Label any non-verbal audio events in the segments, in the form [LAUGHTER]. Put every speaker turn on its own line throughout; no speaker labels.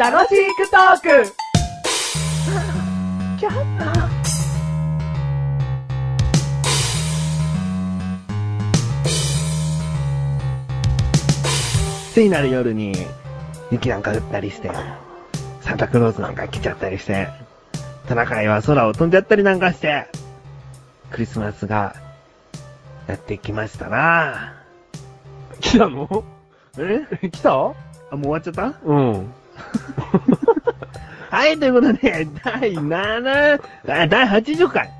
楽しくトーク
聖なる夜に雪なんか降ったりして、サンタクロースなんか来ちゃったりして、トナカイは空を飛んじゃったりなんかして、クリスマスがやってきましたな
来たの
え
[LAUGHS] 来た
あ、もう終わっちゃった
うん。
はい、ということで、第7、あ第80回。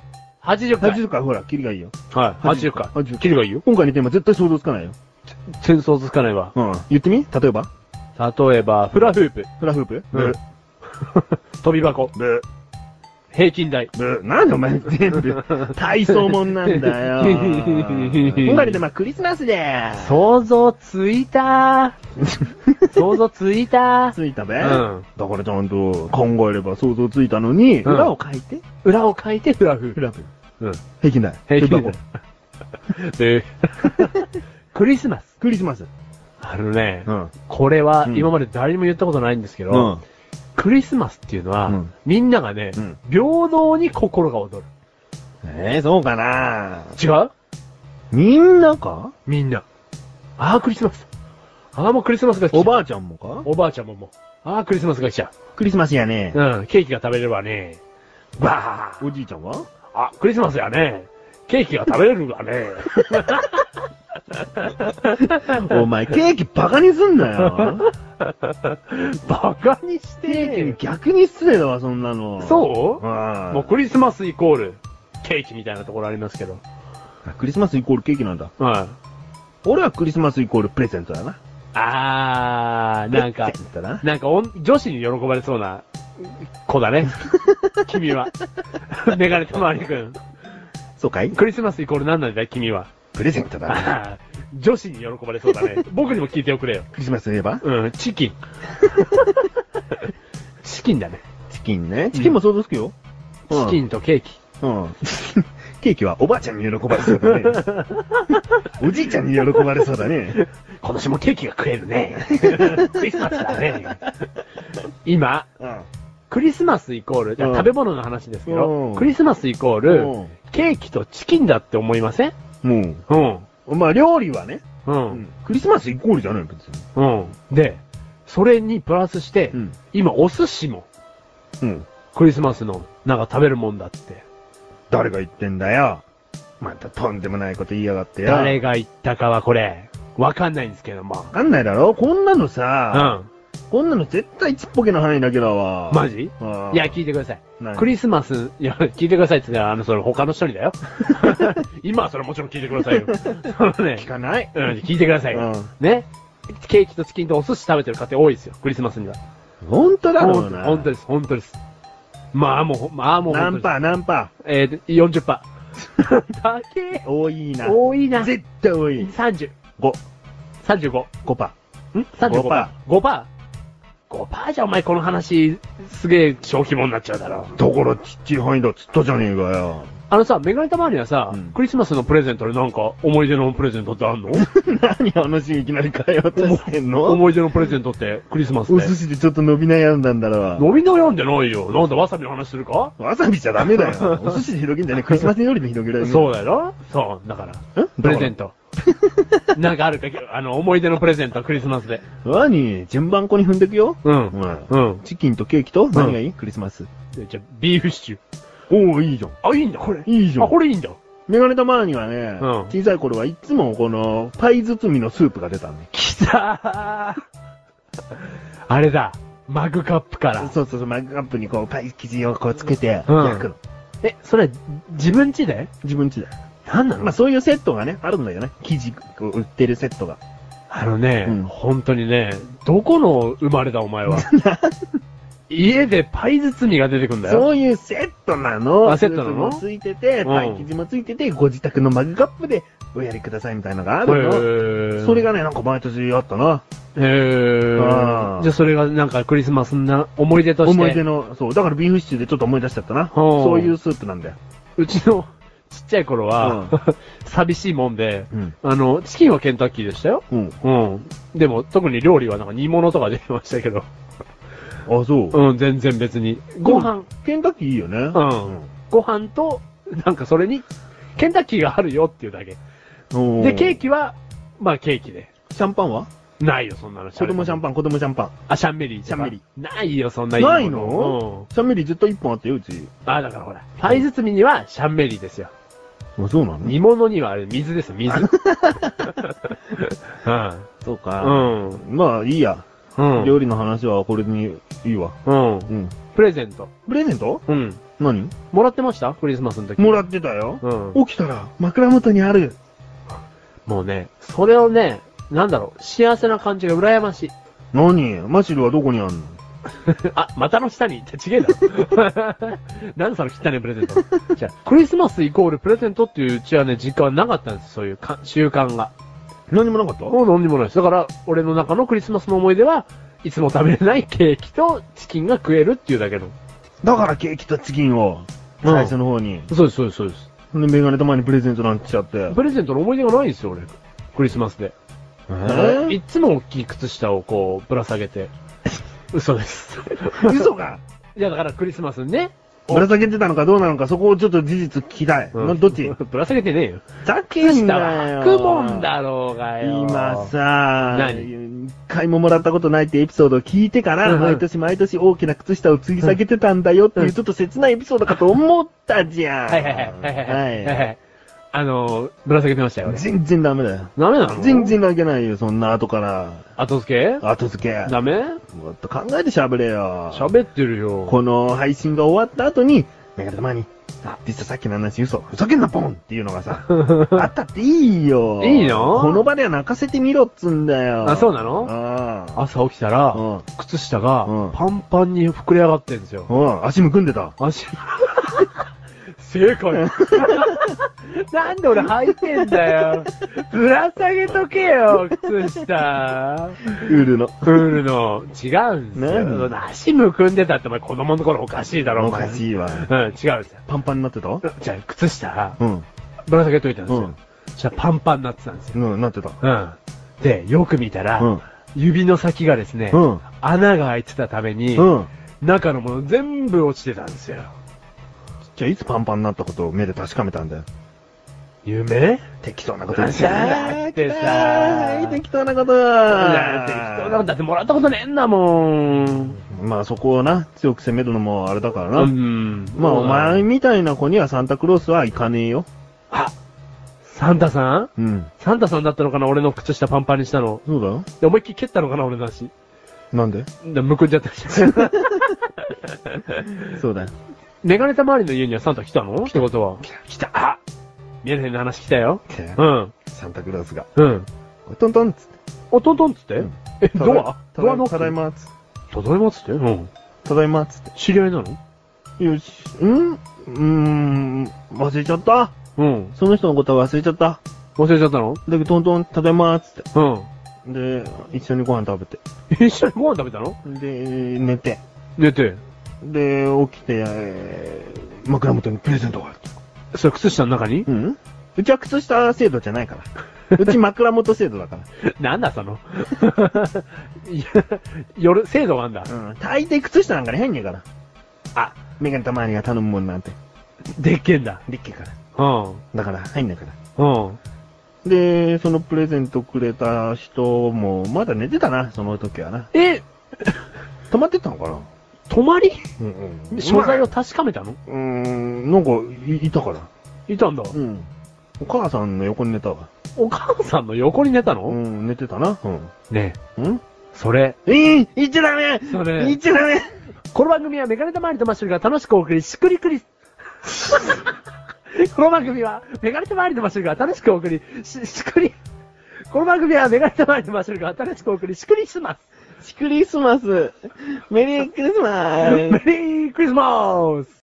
80回。
80回、ほら、キリがいいよ。
はい、80回。
80回
キリがいいよ。
今回のテーマ絶対想像つかないよ。
戦争つかないわ。
うん。言ってみ例えば
例えば、フラフープ。
フラフープ
うん。 [LAUGHS] 飛び箱。
ブ
平均台。
ブなんでお前全部、体操もんなんだ [LAUGHS] よ。今回のテーマ、クリスマスでーす。
想像ついたー。 [LAUGHS] 想像ついたー。
ついたべ、
うん
だからちゃんと考えれば想像ついたのに、
うん
裏を書いて、
裏を書いてフラフー
フ
プ。
ラフープ。
うん。
平均台。
平均
フラ
[LAUGHS] 台
フープ。
で、 [LAUGHS] クリスマス。
クリスマス。
あのね、
ん。
これは
うん
今まで誰にも言ったことないんですけど、
うん。
クリスマスっていうのは、
うん
みんながね、
うん
平等に心が踊る。
えー、そうかな
違う
みんなか
みんな。ああ、クリスマス。ああ、もうクリスマスが来ちゃう
おばあちゃんもか
おばあちゃんももう、ああ、クリスマスが来ちゃ
クリスマスやね
う。。うん、ケーキが食べれるわね。ば
おじいちゃんは
あ、あ、クリスマスやね。ケーキが食べれるわ [LAUGHS] ね。
お前、ケーキバカにすんなよ。
バカにし
[LAUGHS] ケー
て
キ逆に失礼だわ、そんなの。
そう
うん。
もうクリスマスイコール、ケーキみたいなところありますけど。
クリスマスイコールケーキなんだ。
うん。
俺はクリスマスイコールプレゼントだな。
あー、なんか
プレ、ゼントだな。
なんかおん女子に喜ばれそうな子だ [LAUGHS] ね。君 [LAUGHS] は。メガネたまわりくん。
そうかい
クリスマスイコール何なんだい君は。
プレゼントだな。
あー [LAUGHS] 女子に喜ばれそう
[LAUGHS]
だね。僕にも聞いておくれよ。
クリスマスといえば
うん、
[LAUGHS]
チキン。チキンだね。
チキンね。チキンも想像つくよ。
チキンとケーキ。
うん。 [LAUGHS] ケーキはおばあちゃんに喜ばれそう
[LAUGHS]
だね。おじいちゃんに喜ばれそうだね。
今年もケーキが食えるね。
[LAUGHS]
クリスマスだね。今、
うん。
クリスマスイコール、いや
うん
食べ物の話ですけ
うん
ど、クリスマスイコール、
も
ケーキとチキンだって思いません
うん。
うん。
まあ料理はね、
う
うんん。クリスマスイコールじゃない別に。
うん。で、それにプラスして、
ん。
今お寿司も
うん。
クリスマスのなんか食べるもんだって。
誰が言ってんだよ。またとんでもないこと言いやがってよ。
誰
わ
が言ったかはこれ、わかんないんですけども。
かんないだろこんなの
うん。
さ、
マ
こんなの絶対ちっぽけな範囲だけだわ。
ジ
うん
いや、、聞いてください。
何
クリスマス、いや、聞いてくださいって言ったら、あの、それ他の人に
[LAUGHS]
だよ。今はそれもちろん聞いてくださいよ。そのね
聞、かない。
うん、聞いてくださいよ。
うん。
ね。ケーキとチキンとお寿司食べてる家庭多いですよ、クリスマスには。
本当だろうな。
本当です、本当です。まあもうほ、まあもう
ナ
本
ン
当です。
パ、ナンパ。
えーと、40%。だ
[LAUGHS]
け
多いな。
多いな。
絶対多い。
30。
5、
35。
5パ
ん ?35%。5%。5%じゃお前この話、すげえ小規模になっちゃうだろ。
ー。だからちっちゃい範囲だっつったじゃねえかよ。
あのさ、メガネたまわりはさ、
うん
クリスマスのプレゼントでなんか思い出のプレゼントってあ
[LAUGHS]
んの
[LAUGHS] 何話いきなり変えようとしてんの
思い出のプレゼントってクリスマス
お
で。
寿司でちょっと伸び悩んだんだろ
飲み悩んでないよ。なんだわさびの話するか
う。わさびじゃダメだよ。 [LAUGHS] お寿司で広げんじゃねえ。クリスマス料理で広げられる。
そうだろそう、だから。
うん。
プレゼント。なんかあるか、あの、思い出のプレゼント、クリスマスで。
ト。何順番こに踏んでくよ。
う。
うんん。
うん。
チキンとケーキと何がいいクリスマス。
じゃあ、ビーフシチュ
おおいいじゃん。
ー。あ、いいんだ、これ。
いいじゃ
あ、
ん。
これいいんだ。
メガネ玉にはね、
うん
小さい頃はいつもこの、パイ包みのスープが出たんね。
きたー。 [LAUGHS] あれだ。マグカップから。
そうそうそう、マグカップにこう、パイ生地をこうつけて、焼く
うん
の。
え、それ、自分家で
自分ちで。
なんなの、
まあそういうセットがね、あるんだよね。生地を売ってるセットが。
あのね、
うん
本当にね、どこの生まれだ
[LAUGHS]
お前は。家でパイ包みが出てくんだよ。
そういうセットなの。
あセットなの
スープもついてて、
うん
パイ生地もついてて、ご自宅のマグカップでおやりくださいみたいなのがあ
へ
るの。
ー
それがね、なんか毎年あったな。
へー
あー
じゃあそれがなんかクリスマスな思い出として。
思い出の、そう、だからビーフシチューでちょっと思い出しちゃったな。
ほう
そ
[LAUGHS]
ういうスープなんだよ。
うちのちっちゃい頃は、 [LAUGHS] 寂しいもんで、
うん。
あの、チキンはケンタッキーでしたよ。
うん。
うん。でも、特に料理はなんか煮物とか出てましたけ
あ、
ど。
そう。
うん、全然別に。ご飯、
ケンタッキーいいよね。
うん。ご飯と、なんかそれに、ケンタッキーがあるよっていうだけ。
うん。
で、ケー
キ。
キは、まあケーキで。
シャンパンは
ないよ、そんなの。
子供シャンパ
ン。
ン、子供シャンパン。
あ、シャンメリーとか
シャンメリ
ないよ、そんな
ない
も
のシャンメリーずっと一本あったよ、うち。
うん。あ、だからほら。パイ包みにはシャンメリーですよ。
あ、そうな
煮物にはあれ、水です、
[LAUGHS]
水。うん。
そう
う
か。
ん。うん。
まあ、いいや。
うん。
料理の話はこれにいいわ。うん。
プレゼント。
プレゼント
うん。
何
もらってましたクリスマスの時。
もらってたよ。
うん。
起きたら枕元にある。
もうね、それをね、なんだろう、幸せな感じが羨ましい。
何マシルはどこにあんの
あ、股の下にって違えだろ。 [LAUGHS] 何その汚いプレゼント。じゃあクリスマスイコールプレゼントっていううちはね、実家はなかったんです、そういうか習慣が。
何もなかった
もう何にもないです。だから、俺の中のクリスマスの思い出は、いつも食べれないケーキとチキンが食えるっていうだけの。
だからケーキとチキンを、
うん
最初の方に。
そうです、そうです、そうです。
で、メガネたまにプレゼントなんてしちゃって。
プレゼントの思い出がないんですよ、俺。クリスマスで。
え
い
ー
っつも大きい靴下をこう、ぶら下げて。嘘です。
嘘か
いや、だからクリスマスにね。
ぶら下げてたのかどうなのか、そこをちょっと事実聞きたい。
うん
などっ [LAUGHS] ち
[LAUGHS] ぶら下げてねえよ。
ざけん
靴下
な
は
よ。
履くもんだろうがよ。
今さ、
何
一回ももらったことないってエピソードを聞いてから、
うんうん
毎年毎年大きな靴下を吊り下げてたんだよっていう、
うん
ちょっと切ないエピソードかと思ったじゃん。。
はいはいはいはいはいはい。はいいあのー、ぶら下げてましたよ、俺。
全然ダメだよ。
[LAUGHS] ダメなの
全。然泣けないよ、そんな後から。
後付
後付け
け。ダメ
もっと考えて喋れよ。
喋ってるよ。
この配信が終わった後に、メガネたまに、あ、実はさっきの話嘘、ふざけんなポンっていうのが
[LAUGHS]
さ、あったっていいよ。
いいの
この場では泣かせてみろっつんだよ。
あ、そうなの
ああ。
朝起きた
う
ら、
ん。
靴下が
うん
パンパンに膨れ上がってんですよ。
うん、足むくんでた。
足。 [LAUGHS] 正解。 [LAUGHS] なんで俺履いてんだよ。ぶら下げとけよ、靴下。
ウールの。
プールの、違うんですよ。
何
足むくんでたってお前子供の頃おかしいだろ、
おか
い。
しいわ。
うん、違うんですよ。
パンパンになってたう
じゃあ、靴下、
ん。
ぶら下げといたんです
う
よ
ん。
じゃあ、パンパンになってたんですよ。
うん、なってた。
うん。で、よく見たら、
うん。
指の先がですね、
うん。
穴が開いてたために、
うん。
中のもの全部落ちてたんですよ。
じゃあ、いつパンパンになったことを目で確かめたんだよ。
夢
適当なこと言っ
だってさ
はい適当なこと
だって人なんだってもらったことねえんだもん。
まあそこをな、強く攻めるのもあれだからな。
うん。
まあお前。みたいな子にはサンタクロースは行かねえよ。
あ、サンタさん
うん。
サンタさんだったのかな俺の靴下パンパンにしたの。
そうだよ。
で、思いっきり蹴ったのかな俺の足。
なんで
でむくんじゃったし。
[LAUGHS] そうだよ。
メガネた周りの家にはサンタ来たのってことは。来た。来た。あ見えへんの話来たよ。うん。
サンタクロースが、
うん。
トントンっつって。
お、トントンっつって、
うん
え、ドア
ただ
ドアの
ただい。まっつって。
ただいまっつってうん。
ただいまっつっ
知り合いなの
て。よし。んうーん、忘れちゃった。
うん。
その人のことは忘れちゃった。
忘れちゃったの
だけどトントン、ただいまっつって。
う
で、一緒にご飯食べて。
ん。一緒にご飯食べたの
で、寝て。
寝て。
で、起きて、えー枕元にプレゼントがある。
それ靴下の中に
うんうちは靴下制度じゃないから。うち枕元制度だか
なんだその。 [LAUGHS] いや夜、制度があんだ。
ら。うん。大抵靴下なんかに入んねえから。
あ、
メガネたまわりが頼むもんなんて。
でっけえんだ。
でっけえから。
うん。うん。
だから入んねえから。で、そのプレゼントくれた人も、まだ寝てたな、その時はな。
え、
泊まってったのかな
泊まり
うんうん
所在
ま
を
あ
確かめたの
うーん、なんか、いいたから。
いたんだ。
うん。お母さんの横に寝たわ。
お母さんの横に寝た
う
の、
ん、寝てたな。うん。
ね
うん
え、それ。
えー、言っちゃダメ
それ
言っちゃダメ
この番組はメガネたまわりとマッシュルが楽しくお送り、しくりくり。 [LAUGHS] この番組はメガネたまわりとマッシュルが楽しくお送り、し、しくり。この番組はメガネたまわりとマッシュルが楽しくお送り、しくりします。
クリスマスメリークリスマ [LAUGHS]
メリークリスマス